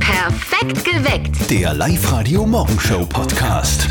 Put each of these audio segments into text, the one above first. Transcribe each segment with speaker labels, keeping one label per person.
Speaker 1: Perfekt geweckt.
Speaker 2: Der Live-Radio-Morgenshow-Podcast.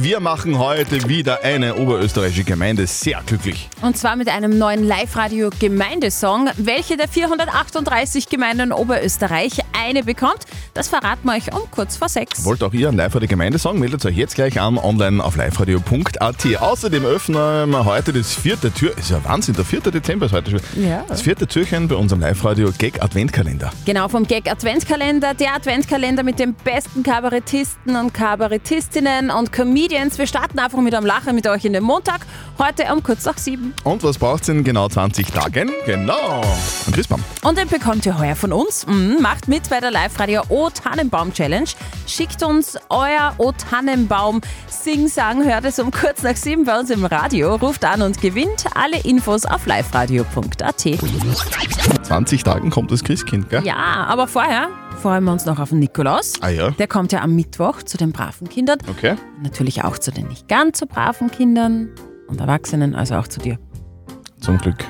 Speaker 3: Wir machen heute wieder eine oberösterreichische Gemeinde sehr glücklich.
Speaker 4: Und zwar mit einem neuen Live-Radio-Gemeindesong, welche der 438 Gemeinden in Oberösterreich eine bekommt. Das verraten wir euch um kurz vor sechs.
Speaker 3: Wollt auch ihr einen live radio gemeindesong Meldet euch jetzt gleich an, online auf liveradio.at. Außerdem öffnen wir heute das vierte Tür... Ist ja Wahnsinn, der 4. Dezember ist heute schon.
Speaker 4: Ja.
Speaker 3: Das vierte Türchen bei unserem Live-Radio-Gag-Adventkalender.
Speaker 4: Genau, vom Gag Adventskalender, der Adventskalender mit den besten Kabarettisten und Kabarettistinnen und Comedians. Wir starten einfach mit einem Lachen mit euch in den Montag. Heute um kurz nach sieben.
Speaker 3: Und was braucht's in genau 20 Tagen? Genau. Ein Christbaum.
Speaker 4: Und den bekommt ihr heuer von uns. Mhm, macht mit bei der Live-Radio O-Tannenbaum-Challenge. Schickt uns euer O-Tannenbaum-Sing-Sang. Hört es um kurz nach sieben bei uns im Radio. Ruft an und gewinnt. Alle Infos auf liveradio.at.
Speaker 3: 20 Tagen kommt das Christkind, gell?
Speaker 4: Ja, aber vorher freuen wir uns noch auf den Nikolaus.
Speaker 3: Ah ja.
Speaker 4: Der kommt ja am Mittwoch zu den braven Kindern.
Speaker 3: Okay.
Speaker 4: Natürlich auch zu den nicht ganz so braven Kindern und Erwachsenen, also auch zu dir.
Speaker 3: Zum Glück.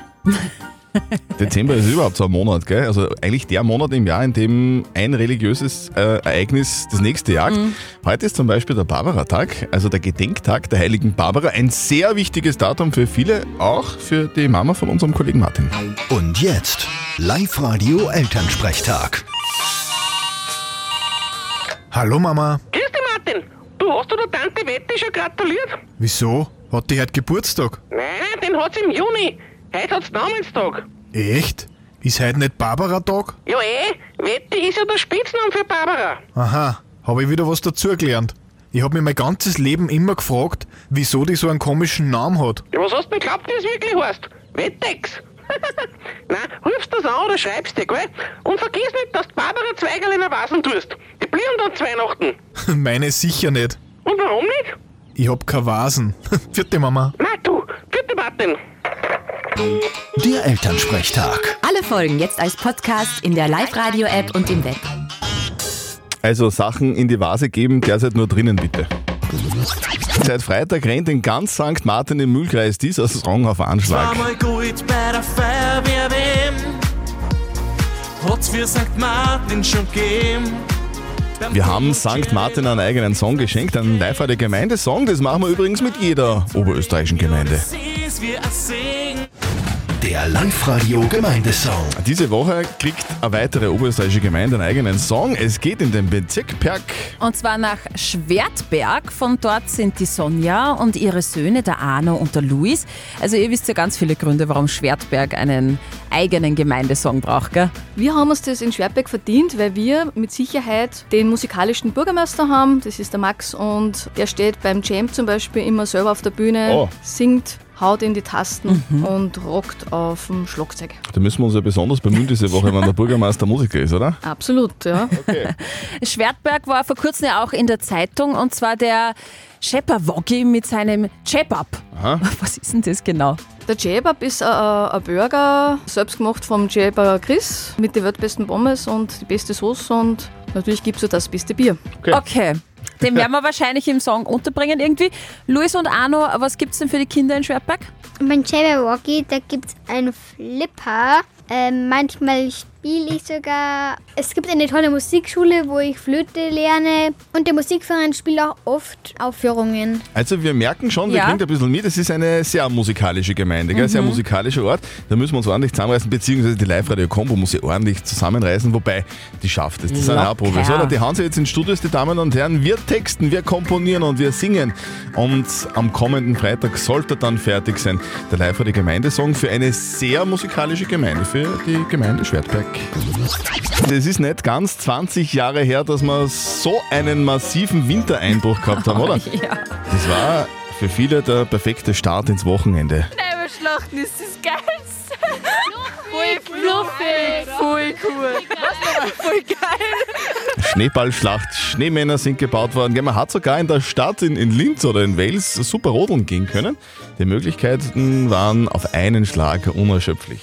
Speaker 3: Dezember ist überhaupt so ein Monat, gell? Also eigentlich der Monat im Jahr, in dem ein religiöses äh, Ereignis das nächste jagt. Heute ist zum Beispiel der Barbara-Tag, also der Gedenktag der heiligen Barbara. Ein sehr wichtiges Datum für viele, auch für die Mama von unserem Kollegen Martin.
Speaker 2: Und jetzt Live-Radio-Elternsprechtag.
Speaker 5: Hallo Mama.
Speaker 6: Grüß dich, Martin. Du hast du der Tante Wette schon gratuliert?
Speaker 5: Wieso? Hat die heute Geburtstag?
Speaker 6: Nein, den hat's im Juni. Heute hat's Namenstag.
Speaker 5: Echt? Ist heute nicht Barbara-Tag?
Speaker 6: Ja eh, Wette ist ja der Spitzname für Barbara.
Speaker 5: Aha, habe ich wieder was dazugelernt. Ich habe mir mein ganzes Leben immer gefragt, wieso die so einen komischen Namen hat.
Speaker 6: Ja, was hast du denn geglaubt, wie es wirklich heißt? Wettex. Nein, rufst das an oder schreibst dir, gell? Und vergiss nicht, dass du Barbara Zweigerl in der Vasen tust. Die blieben dann zu Weihnachten.
Speaker 5: Meine sicher nicht.
Speaker 6: Und warum nicht?
Speaker 5: Ich hab keine Vasen. Vierte Mama.
Speaker 6: Na du, bitte Martin.
Speaker 2: Der Elternsprechtag.
Speaker 7: Alle Folgen jetzt als Podcast in der Live-Radio-App und im Web.
Speaker 3: Also Sachen in die Vase geben, derzeit nur drinnen bitte. Seit Freitag rennt in ganz St. Martin im Mühlkreis dieser Song auf Anschlag.
Speaker 8: Einmal gut bei der Feuerwehr WM. Hat's für St. Martin schon gegeben.
Speaker 3: Wir haben St. Martin einen eigenen Song geschenkt, einen live der Gemeindesong. Das machen wir übrigens mit jeder oberösterreichischen Gemeinde.
Speaker 8: Sie ist wie ein Segen.
Speaker 2: Der Live-Radio-Gemeindesong.
Speaker 3: Diese Woche kriegt eine weitere oberösterreichische Gemeinde einen eigenen Song. Es geht in den Bezirk Perk.
Speaker 4: Und zwar nach Schwertberg. Von dort sind die Sonja und ihre Söhne, der Arno und der Luis. Also ihr wisst ja ganz viele Gründe, warum Schwertberg einen eigenen Gemeindesong braucht, gell?
Speaker 9: Wir haben uns das in Schwertberg verdient, weil wir mit Sicherheit den musikalischen Bürgermeister haben. Das ist der Max und der steht beim Jam zum Beispiel immer selber auf der Bühne,
Speaker 3: Oh.
Speaker 9: singt, haut in die Tasten und rockt auf dem Schlagzeug.
Speaker 3: Da müssen wir uns ja besonders bemühen diese Woche, wenn der Bürgermeister Musiker ist, oder?
Speaker 9: Absolut, ja.
Speaker 4: Schwertberg war vor kurzem ja auch in der Zeitung und zwar der Schepperwoggi mit seinem Chep-Up. Was ist denn das genau?
Speaker 9: Der Jebab ist äh, ein Burger, selbst gemacht vom Jeber Chris, mit den weltbesten Pommes und die beste Soße und natürlich gibt es ja das beste Bier.
Speaker 3: Ja.
Speaker 4: Okay. Den werden wir wahrscheinlich im Song unterbringen irgendwie. Luis und Arno, was gibt's denn für die Kinder in Schwertberg?
Speaker 10: Mein Jabberwocky, da gibt es einen Flipper. Ähm, manchmal spiele ich sogar. Es gibt eine tolle Musikschule, wo ich Flöte lerne. Und der Musikverein spielt auch oft Aufführungen.
Speaker 3: Also wir merken schon, wir
Speaker 4: Ja.
Speaker 3: kriegen ein bisschen mit, es ist eine sehr musikalische Gemeinde, gell? sehr musikalischer Ort. Da müssen wir uns ordentlich zusammenreißen, beziehungsweise die Live-Radio-Kombo muss sich ordentlich zusammenreißen, wobei die schafft es. Das sind
Speaker 4: Locker.
Speaker 3: auch Profis, oder? Die haben sie jetzt in Studios, die Damen und Herren. Wir texten, wir komponieren und wir singen. Und am kommenden Freitag sollte dann fertig sein der Live-Radio-Gemeindesong für eine sehr musikalische Gemeinde, für die Gemeinde Schwertberg. Es ist nicht ganz 20 Jahre her, dass wir so einen massiven Wintereinbruch gehabt haben, oder?
Speaker 4: Ja.
Speaker 3: Das war für viele der perfekte Start ins Wochenende.
Speaker 9: Schlachten ist das Geilste. Voll fluffig, voll cool.
Speaker 3: Schneeballschlacht, Schneemänner sind gebaut worden. Ja, man hat sogar in der Stadt, in, in Linz oder in Wales, super rodeln gehen können. Die Möglichkeiten waren auf einen Schlag unerschöpflich.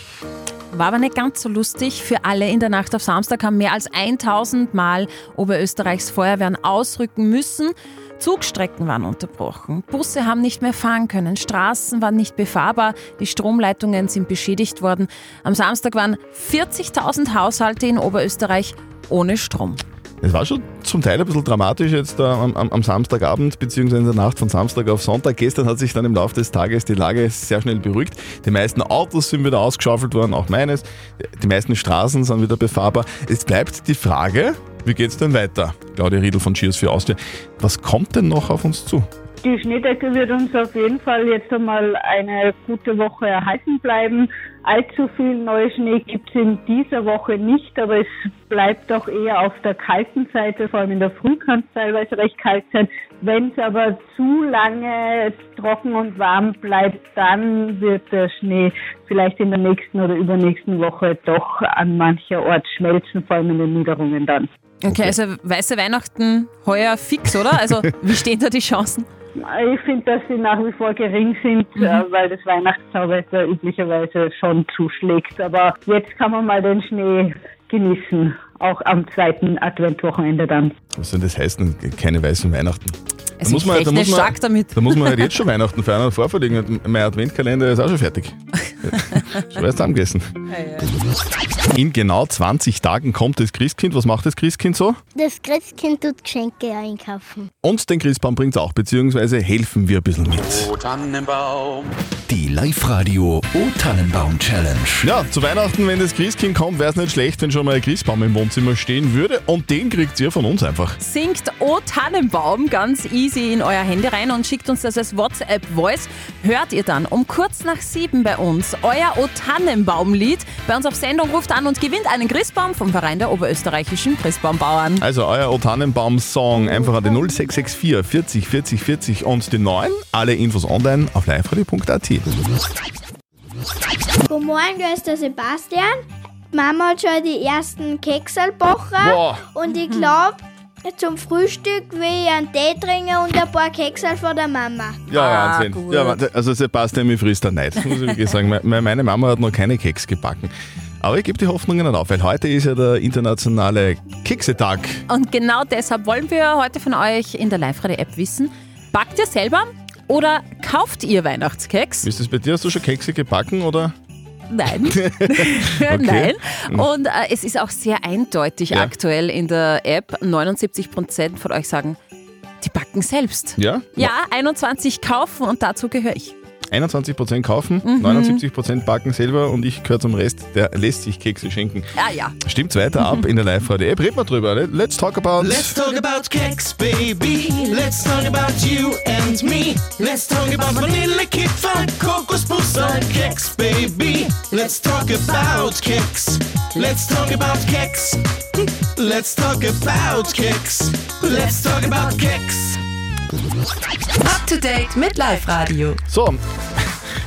Speaker 4: War aber nicht ganz so lustig. Für alle in der Nacht auf Samstag haben mehr als 1000 Mal Oberösterreichs Feuerwehren ausrücken müssen. Zugstrecken waren unterbrochen, Busse haben nicht mehr fahren können, Straßen waren nicht befahrbar, die Stromleitungen sind beschädigt worden. Am Samstag waren 40.000 Haushalte in Oberösterreich ohne Strom.
Speaker 3: Es war schon zum Teil ein bisschen dramatisch jetzt äh, am, am am Samstagabend bzw. in der Nacht von Samstag auf Sonntag. Gestern hat sich dann im Laufe des Tages die Lage sehr schnell beruhigt. Die meisten Autos sind wieder ausgeschaufelt worden, auch meines. Die meisten Straßen sind wieder befahrbar. Es bleibt die Frage, wie geht's denn weiter? Claudia Riedl von Cheers für Austria. Was kommt denn noch auf uns zu?
Speaker 1: Die Schneedecke wird uns auf jeden Fall jetzt einmal eine gute Woche erhalten bleiben. Allzu viel neuen Schnee gibt es in dieser Woche nicht, aber es bleibt auch eher auf der kalten Seite, vor allem in der Früh kann es teilweise recht kalt sein. Wenn es aber zu lange trocken und warm bleibt, dann wird der Schnee vielleicht in der nächsten oder übernächsten Woche doch an mancher Ort schmelzen, vor allem in den Niederungen dann.
Speaker 4: Okay, also weiße Weihnachten heuer fix, oder? Also wie stehen da die Chancen?
Speaker 1: Ich finde, dass sie nach wie vor gering sind, äh, weil das Weihnachtszauwetter üblicherweise schon zuschlägt. Aber jetzt kann man mal den Schnee genießen, auch am zweiten Adventwochenende dann.
Speaker 3: Was soll das heißen? Keine weißen Weihnachten.
Speaker 4: Also ich rechne stark damit.
Speaker 3: Da muss man halt jetzt schon Weihnachten feiern und vorverlegen. Also Mein Adventkalender ist auch schon fertig. Schon erst angegessen. In genau 20 Tagen kommt das Christkind. Was macht das Christkind so?
Speaker 11: Das Christkind tut Geschenke einkaufen.
Speaker 3: Und den Christbaum bringt's auch, beziehungsweise helfen wir ein bisschen mit.
Speaker 8: O Tannenbaum,
Speaker 2: Die Live-Radio O-Tannenbaum-Challenge.
Speaker 3: Ja, zu Weihnachten, wenn das Christkind kommt, wäre es nicht schlecht, wenn schon mal ein Christbaum im Wohnzimmer stehen würde. Und den kriegt ihr von uns einfach.
Speaker 4: Singt O Tannenbaum ganz easy in euer Handy rein und schickt uns das als WhatsApp-Voice. Hört ihr dann um kurz nach sieben bei uns euer O Tannenbaum-Lied. Bei uns auf Sendung ruft an und gewinnt einen Christbaum vom Verein der oberösterreichischen Christbaumbauern.
Speaker 3: Also euer O Tannenbaum-Song einfach an die 0664 40 40 40 und die 9. Alle Infos online auf liveradio.at.
Speaker 10: Guten Morgen, da ist der Sebastian. Mama hat schon die ersten Keksel gebacken.
Speaker 3: Boah.
Speaker 10: Und ich glaube, zum Frühstück will ich einen Tee trinken und ein paar Keksel von der Mama.
Speaker 3: Ja,
Speaker 4: Ah,
Speaker 3: Wahnsinn.
Speaker 4: gut.
Speaker 3: Ja, Wahnsinn. also Sebastian, mir frisst er nicht, muss ich wirklich sagen. Me- me- Meine Mama hat noch keine Keks gebacken. Aber ich gebe die Hoffnungen nicht auf, weil heute ist ja der internationale Keksetag.
Speaker 4: Und genau deshalb wollen wir heute von euch in der Live-Radio-App wissen, backt ihr selber oder kauft ihr Weihnachtskeks?
Speaker 3: Wie ist das bei dir? Hast du schon Kekse gebacken oder?
Speaker 4: Nein. Nein. Und äh, es ist auch sehr eindeutig
Speaker 3: Hm. Ja.
Speaker 4: aktuell in der App. 79% von euch sagen, die backen selbst.
Speaker 3: Ja?
Speaker 4: Ja, 21 kaufen und dazu gehöre ich.
Speaker 3: 21% kaufen,
Speaker 4: Mhm.
Speaker 3: 79% backen selber und ich gehöre zum Rest, der lässt sich Kekse schenken.
Speaker 4: Ja, Ah, ja.
Speaker 3: Stimmt's weiter ab in der Live-Radio-App. Reden wir drüber. ne? Let's talk about...
Speaker 8: Let's talk about cakes, baby. Let's talk about you and me. Let's talk about Vanillekipferl, Kokosbussel, Keks, baby. Let's talk about Keks. Let's talk about Keks. Let's talk about Keks. Let's talk about Keks.
Speaker 12: Up to date mit Live Radio.
Speaker 3: So,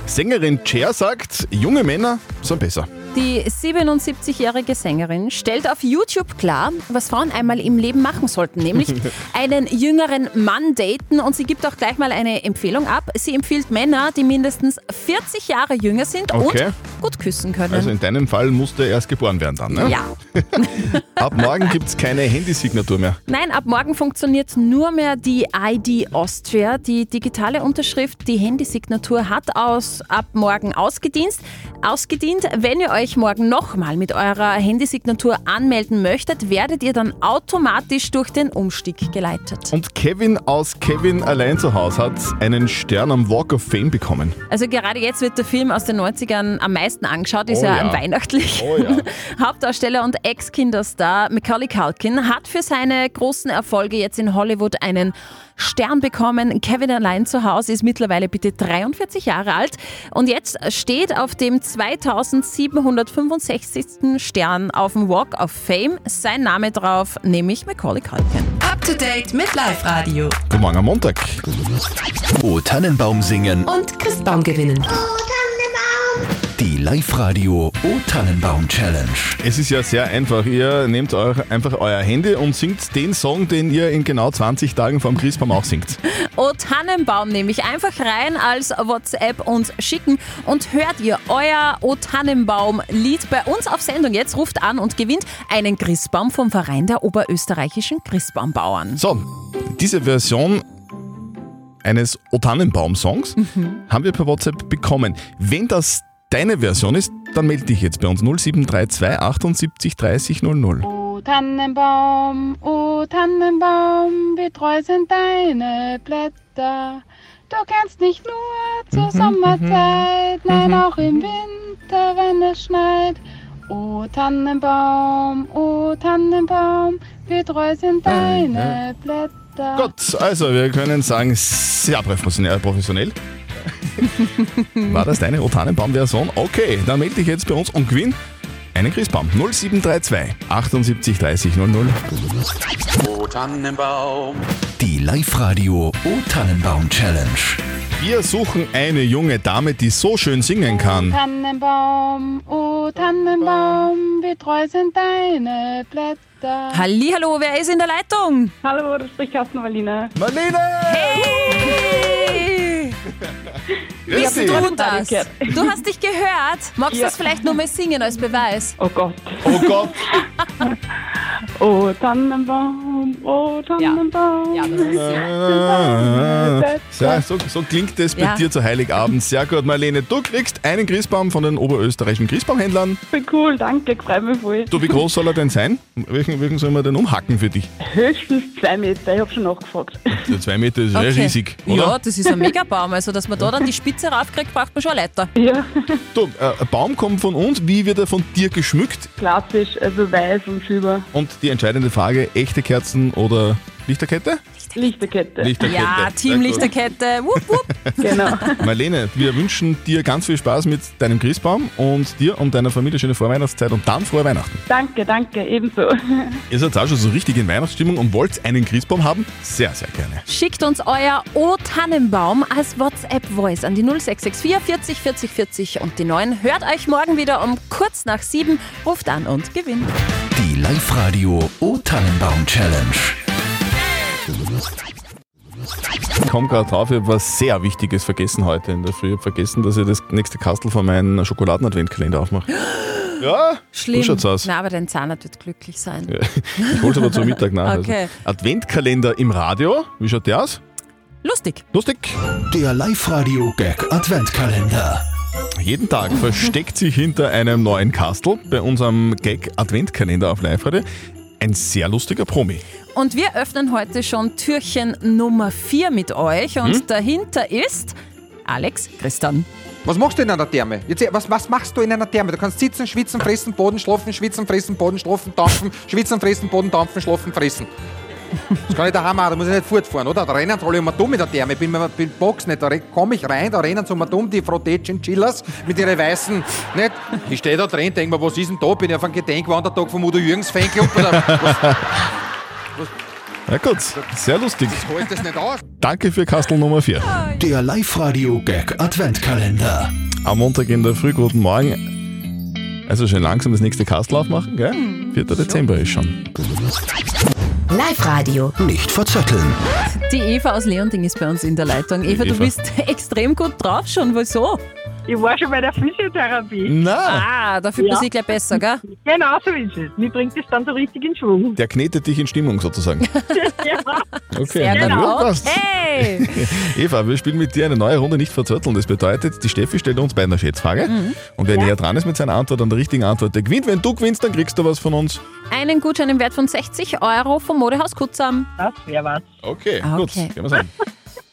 Speaker 3: Sängerin Cher sagt, junge Männer sind besser.
Speaker 4: Die 77-jährige Sängerin stellt auf YouTube klar, was Frauen einmal im Leben machen sollten, nämlich einen jüngeren Mann daten und sie gibt auch gleich mal eine Empfehlung ab. Sie empfiehlt Männer, die mindestens 40 Jahre jünger sind
Speaker 3: Okay.
Speaker 4: und gut küssen können.
Speaker 3: Also in deinem Fall musste erst geboren werden dann, ne?
Speaker 4: ja.
Speaker 3: Ab morgen gibt's keine Handysignatur mehr.
Speaker 4: Nein, ab morgen funktioniert nur mehr die ID Austria. Die digitale Unterschrift, die Handysignatur hat aus ab morgen ausgedient. Ausgedient, wenn ihr euch morgen nochmal mit eurer Handysignatur anmelden möchtet, werdet ihr dann automatisch durch den Umstieg geleitet.
Speaker 3: Und Kevin aus Kevin allein zu Hause hat einen Stern am Walk of Fame bekommen.
Speaker 4: Also gerade jetzt wird der Film aus den 90ern am meisten angeschaut, ist
Speaker 3: Oh
Speaker 4: ja,
Speaker 3: ja.
Speaker 4: ein weihnachtlich.
Speaker 3: Oh ja.
Speaker 4: Hauptdarsteller und Ex-Kinderstar Macaulay Culkin hat für seine großen Erfolge jetzt in Hollywood einen Stern bekommen. Kevin allein zu Hause ist mittlerweile bitte 43 Jahre alt und jetzt steht auf dem 2765. Stern auf dem Walk of Fame sein Name drauf, nämlich Macaulay Culkin.
Speaker 12: Up to date mit Live Radio.
Speaker 3: Guten Morgen am Montag.
Speaker 2: O-Tannenbaum singen.
Speaker 12: Und Christbaum gewinnen.
Speaker 2: Die Live-Radio O-Tannenbaum-Challenge.
Speaker 3: Es ist ja sehr einfach. Ihr nehmt euch einfach euer Handy und singt den Song, den ihr in genau 20 Tagen vom Christbaum auch singt.
Speaker 4: O Tannenbaum nehme ich einfach rein als WhatsApp uns schicken und hört ihr euer O Tannenbaum Lied bei uns auf Sendung jetzt ruft an und gewinnt einen Christbaum vom Verein der oberösterreichischen Christbaumbauern.
Speaker 3: So, diese Version eines O Tannenbaum-Songs haben wir per WhatsApp bekommen. Wenn das deine Version ist, dann melde dich jetzt bei uns 0732 78 30 00.
Speaker 9: O Tannenbaum, o Tannenbaum, wie treu sind deine Blätter. Du kannst nicht nur zur Sommerzeit, nein auch im Winter, wenn es schneit. O Tannenbaum, o Tannenbaum, wie treu sind deine Blätter.
Speaker 3: Gut, also wir können sagen, sehr professionell. äh, professionell. War das deine Otanenbaum-Version? Okay, dann melde dich jetzt bei uns und gewinn einen Christbaum. 0732 78 30 00.
Speaker 13: O Tannenbaum.
Speaker 2: Die Live-Radio O-Tannenbaum-Challenge.
Speaker 3: Wir suchen eine junge Dame, die so schön singen
Speaker 9: O
Speaker 3: kann.
Speaker 9: Tannenbaum, o Tannenbaum, wie treu sind deine Blätter.
Speaker 4: Hallihallo, wer ist in der Leitung?
Speaker 1: Hallo, das spricht Carsten Marlene.
Speaker 3: Marlene!
Speaker 4: Hey!
Speaker 1: Grüß
Speaker 4: Wie
Speaker 1: dich.
Speaker 4: du das?
Speaker 1: Danke.
Speaker 4: Du hast dich gehört. Magst du
Speaker 1: Ja.
Speaker 4: das vielleicht nur mal singen als Beweis?
Speaker 1: Oh Gott.
Speaker 3: Oh Gott.
Speaker 1: oh Tannenbaum, oh Tannenbaum. Ja,
Speaker 3: Ja, so, so klingt es bei
Speaker 1: Ja.
Speaker 3: dir zu Heiligabend. Sehr gut, Marlene. Du kriegst einen Christbaum von den oberösterreichischen Christbaumhändlern.
Speaker 1: cool, danke, freut mich voll.
Speaker 3: Du, wie groß soll er denn sein? Welchen, welchen sollen wir denn umhacken für dich?
Speaker 1: Höchstens zwei Meter, ich habe schon nachgefragt.
Speaker 3: Der zwei Meter ist ja riesig, oder?
Speaker 4: Ja, das ist ein Megabaum. Also, dass man da dann die Spitze raufkriegt, braucht man schon eine Leiter.
Speaker 1: Ja.
Speaker 3: Du, äh, ein Baum kommt von uns. Wie wird er von dir geschmückt?
Speaker 1: Klassisch, also weiß und silber.
Speaker 3: Und die entscheidende Frage, echte Kerzen oder Lichterkette?
Speaker 1: Lichterkette.
Speaker 3: Lichterkette.
Speaker 4: Ja, Team
Speaker 3: Sehr gut.
Speaker 4: Lichterkette. Wupp, wupp.
Speaker 1: Genau.
Speaker 3: Marlene, wir wünschen dir ganz viel Spaß mit deinem Christbaum und dir und deiner Familie schöne Vorweihnachtszeit und dann frohe Weihnachten.
Speaker 1: Danke, danke, ebenso.
Speaker 3: Ihr seid auch schon so richtig in Weihnachtsstimmung und wollt einen Christbaum haben? Sehr, sehr gerne.
Speaker 4: Schickt uns euer O-Tannenbaum als WhatsApp-Voice an die 0664 40 40 40 und die 9. Hört euch morgen wieder um kurz nach 7. Ruft an und gewinnt.
Speaker 2: Die Live-Radio O-Tannenbaum-Challenge.
Speaker 3: Ich komme gerade drauf, ich habe was sehr Wichtiges vergessen heute in der Früh. Ich habe vergessen, dass ich das nächste Kastel von meinem Schokoladen-Adventkalender aufmache. Ja,
Speaker 4: Schlimm.
Speaker 3: so schaut's aus.
Speaker 4: Na, aber dein Zahnarzt wird glücklich sein.
Speaker 3: Ja. Ich hol's aber zum Mittag nach.
Speaker 4: Okay.
Speaker 3: Also. Adventkalender im Radio, wie schaut der aus?
Speaker 4: Lustig.
Speaker 3: Lustig.
Speaker 2: Der Live-Radio Gag Adventkalender.
Speaker 3: Jeden Tag versteckt sich hinter einem neuen Kastel bei unserem Gag Adventkalender auf live -Radio ein sehr lustiger Promi.
Speaker 4: Und wir öffnen heute schon Türchen Nummer 4 mit euch und
Speaker 8: Hm?
Speaker 4: dahinter ist Alex Christian.
Speaker 8: Was machst du in einer Therme? Jetzt, äh, was, was machst du in einer Therme? Du kannst sitzen, schwitzen, fressen, Boden, schlafen, schwitzen, fressen, Boden, schlafen, dampfen, schwitzen, fressen, Boden, dampfen, schlafen, fressen. Das kann ich daheim auch, da muss ich nicht fortfahren, oder? Da rennen alle immer dumm in der Therme. Ich bin, mir- bin Box nicht, da komme ich rein, da rennen so immer dumm die Frotte Chinchillas mit ihren weißen, nicht? Ich stehe da drin, denke mir, was ist denn da? Bin ich auf einem Gedenkwandertag vom Udo Jürgens Fanclub? Oder was?
Speaker 3: Na gut, sehr lustig.
Speaker 8: Holt das nicht aus?
Speaker 3: Danke für Kastel Nummer 4.
Speaker 2: Der Live-Radio Gag Adventkalender.
Speaker 3: Am Montag in der Früh, guten Morgen. Also schön langsam das nächste Kastel aufmachen, gell? 4. Dezember ist schon.
Speaker 2: Live-Radio. Nicht verzetteln.
Speaker 4: Die Eva aus Leonding ist bei uns in der Leitung. Eva, du
Speaker 2: Eva.
Speaker 4: bist extrem gut drauf schon, wieso?
Speaker 1: Ich war schon bei der Physiotherapie.
Speaker 3: Mhm.
Speaker 4: Na. Ah, da fühlt man sich gleich besser, gell?
Speaker 1: Genau so ist es. Mir bringt es dann so richtig in Schwung.
Speaker 3: Der knetet dich in Stimmung sozusagen. Okay, na gut, passt.
Speaker 4: Hey!
Speaker 3: Eva, wir spielen mit dir eine neue Runde nicht verzötteln. Das bedeutet, die Steffi stellt uns beide eine Schätzfrage.
Speaker 4: Mhm.
Speaker 3: Und wer näher dran ist mit seiner Antwort an der richtigen Antwort, der gewinnt. Wenn du gewinnst, dann kriegst du was von uns.
Speaker 4: Einen Gutschein im Wert von 60 Euro vom Modehaus Kutzam.
Speaker 1: Das wäre was.
Speaker 3: Ah, Okay, gut. Gehen wir's an.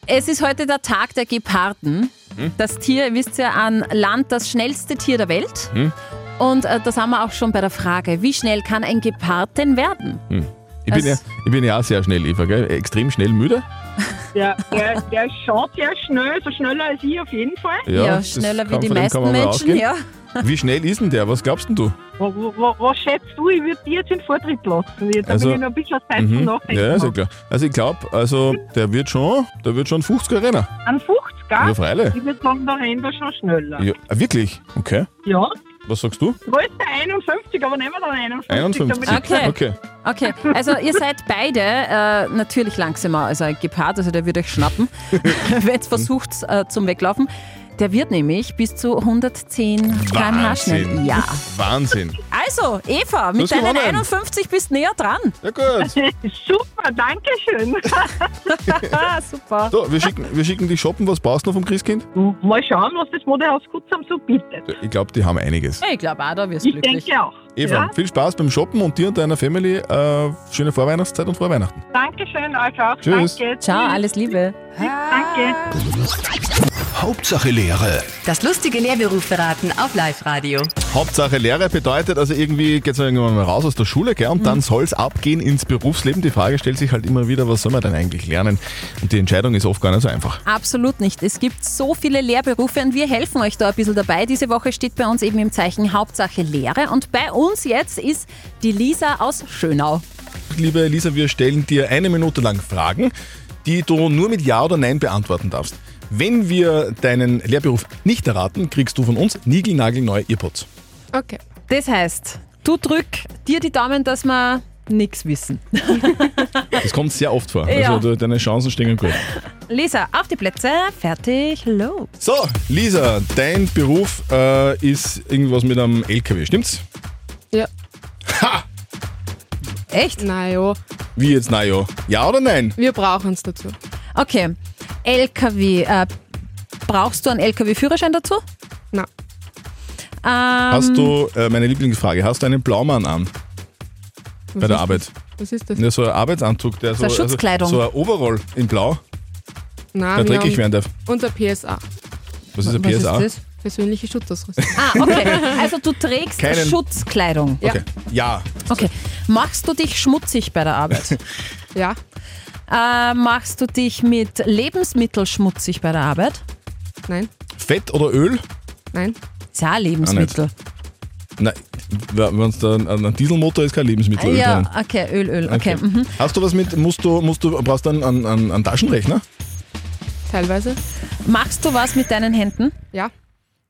Speaker 4: Es ist heute der Tag der Geparden.
Speaker 3: Hm?
Speaker 4: Das Tier, ihr wisst ja, an Land das schnellste Tier der Welt.
Speaker 3: Hm?
Speaker 4: Und äh, das haben wir auch schon bei der Frage, wie schnell kann ein Gepard denn werden?
Speaker 3: Hm. Ich, bin ja,
Speaker 4: Das-
Speaker 3: ich bin ja auch sehr schnell, Eva, gell? Extrem schnell müde.
Speaker 1: Der, der, der ist schon sehr schnell, so schneller als ich auf jeden Fall.
Speaker 3: Ja, Ja, das schneller wie kann- die von dem meisten kann man mal Menschen, ausgehen. ja. Wie schnell ist denn der? Was glaubst denn du?
Speaker 1: Was, was schätzt du? Ich würde dir jetzt den Vortritt lassen. Jetzt
Speaker 3: Also-
Speaker 1: bin ich noch ein bisschen Zeit zum
Speaker 3: Mhm.
Speaker 1: Nachdenken.
Speaker 3: Ja, ist ja klar. Also ich glaube, also der wird schon, der wird schon 50er Renner.
Speaker 1: An 50er?
Speaker 3: Ja, freilich.
Speaker 1: Ich würde sagen, da rennt er schon schneller.
Speaker 3: Ja, ah, wirklich? Okay.
Speaker 1: Ja.
Speaker 3: Was sagst du?
Speaker 1: Wo ist der 51? Aber nehmen wir dann 51.
Speaker 3: 51.
Speaker 1: damit ich-
Speaker 3: okay.
Speaker 4: Okay, also ihr seid beide äh, natürlich langsamer als ein Gepard, also der wird euch schnappen, wenn ihr versucht äh, zum Weglaufen. Der wird nämlich bis zu 110 km/h schnell.
Speaker 3: Wahnsinn.
Speaker 4: Ja.
Speaker 3: Wahnsinn.
Speaker 4: Also, Eva,
Speaker 3: Du
Speaker 4: mit
Speaker 3: hast
Speaker 4: deinen
Speaker 3: gewonnen.
Speaker 4: 51 bist näher dran.
Speaker 3: Ja, gut.
Speaker 4: Super, danke schön.
Speaker 14: Ah,
Speaker 4: Super.
Speaker 3: So, wir schicken, wir schicken die shoppen. Was brauchst du noch vom Christkind?
Speaker 14: Mal schauen, was das Modehaus Kutzam so bietet.
Speaker 3: Ich glaube, die haben einiges.
Speaker 4: Ich glaube auch, da wirst du
Speaker 14: Ich
Speaker 4: glücklich.
Speaker 14: denke auch.
Speaker 3: Eva,
Speaker 14: Ja.
Speaker 3: viel Spaß beim Shoppen und dir und deiner Family äh, schöne Vorweihnachtszeit und Vorweihnachten.
Speaker 14: Dankeschön euch auch.
Speaker 3: Tschüss.
Speaker 14: Danke.
Speaker 4: Ciao, alles Liebe.
Speaker 14: Danke.
Speaker 2: Hauptsache Lehre.
Speaker 12: Das lustige Lehrberufverraten auf Live-Radio.
Speaker 3: Hauptsache Lehre bedeutet, also irgendwie geht es irgendwann mal raus aus der Schule, gell? Und dann soll es abgehen ins Berufsleben. Die Frage stellt sich halt immer wieder, was soll man denn eigentlich lernen? Und die Entscheidung ist oft gar nicht so einfach.
Speaker 4: Absolut nicht. Es gibt so viele Lehrberufe und wir helfen euch da ein bisschen dabei. Diese Woche steht bei uns eben im Zeichen Hauptsache Lehre und bei uns jetzt ist die Lisa aus Schönau.
Speaker 3: Liebe Lisa, wir stellen dir eine Minute lang Fragen, die du nur mit Ja oder Nein beantworten darfst. Wenn wir deinen Lehrberuf nicht erraten, kriegst du von uns niegelnagelneue Earpods.
Speaker 4: Okay. Das heißt, du drück dir die Daumen, dass wir nichts wissen.
Speaker 3: Das kommt sehr oft vor.
Speaker 4: Ja.
Speaker 3: Also du- deine Chancen stehen gut.
Speaker 4: Lisa, auf die Plätze, fertig, los.
Speaker 3: So, Lisa, dein Beruf äh, ist irgendwas mit einem LKW, stimmt's?
Speaker 15: Ja.
Speaker 3: Ha!
Speaker 4: Echt?
Speaker 15: Na ja,
Speaker 3: Wie jetzt, na ja. Ja oder nein?
Speaker 15: wir brauchen es dazu.
Speaker 4: Okay, LKW. Äh, brauchst du einen LKW-Führerschein dazu?
Speaker 15: Nein.
Speaker 4: Ähm,
Speaker 3: Hast du, äh, meine Lieblingsfrage, hast du einen Blaumann an? Bei der Arbeit.
Speaker 15: Was ist das?
Speaker 3: Ja, so ein Arbeitsanzug, der
Speaker 15: Das
Speaker 3: so,
Speaker 15: ist eine Schutzkleidung.
Speaker 3: Also, so ein Overall in Blau,
Speaker 15: Nein,
Speaker 1: Ah,
Speaker 3: der
Speaker 15: wir
Speaker 3: dreckig
Speaker 15: haben
Speaker 3: werden darf.
Speaker 15: unser PSA.
Speaker 3: Was ist ein PSA?
Speaker 15: Persönliche Schutzausrüstung.
Speaker 4: Ah, okay. Also du trägst
Speaker 3: Keinen-
Speaker 4: Schutzkleidung.
Speaker 3: Okay. Ja.
Speaker 4: Okay. Machst du dich schmutzig bei der Arbeit?
Speaker 15: ja.
Speaker 4: Äh, machst du dich mit Lebensmittel schmutzig bei der Arbeit?
Speaker 15: Nein.
Speaker 3: Fett oder Öl?
Speaker 15: Nein.
Speaker 4: Ist ja auch Lebensmittel.
Speaker 3: Nein, wenn es da ein, ein Dieselmotor ist, kein Lebensmittelöl drin.
Speaker 4: ja, okay, Ah, Öl, Öl. Okay. Mhm.
Speaker 3: Hast du was mit, musst du, musst du brauchst du einen, einen, einen, einen Taschenrechner?
Speaker 15: Teilweise.
Speaker 4: Machst du was mit deinen Händen?
Speaker 15: Ja.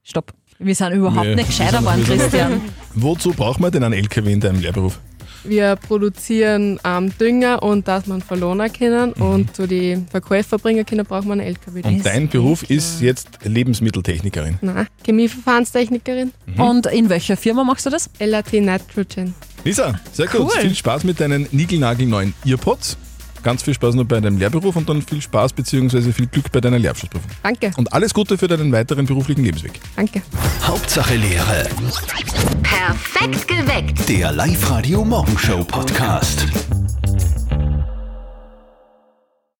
Speaker 4: Stopp. Wir sind überhaupt
Speaker 3: Nee.
Speaker 4: nicht gescheiter geworden,
Speaker 3: Wir sind-
Speaker 4: Christian.
Speaker 3: Wozu braucht man denn einen LKW in deinem Lehrberuf?
Speaker 15: Wir produzieren ähm, Dünger und dass man verlonen können
Speaker 3: Mhm.
Speaker 15: und zu die Verkäufer bringen können, braucht man einen LKW.
Speaker 3: Und dein Beruf ist jetzt Lebensmitteltechnikerin.
Speaker 15: Nein, Chemieverfahrenstechnikerin.
Speaker 3: Mhm. Und
Speaker 4: in welcher Firma machst du das?
Speaker 15: LAT Nitrogen.
Speaker 3: Lisa, sehr gut.
Speaker 15: Cool.
Speaker 3: Viel Spaß mit deinen niegelnagelneuen Earpods. Ganz viel Spaß noch bei deinem Lehrberuf und dann viel Spaß bzw. viel Glück bei deiner Lehrabschlussprüfung.
Speaker 15: Danke.
Speaker 3: Und alles Gute für deinen weiteren beruflichen Lebensweg.
Speaker 15: Danke.
Speaker 2: Hauptsache Lehre.
Speaker 12: Perfekt geweckt.
Speaker 2: Der Live-Radio Morgenshow Podcast.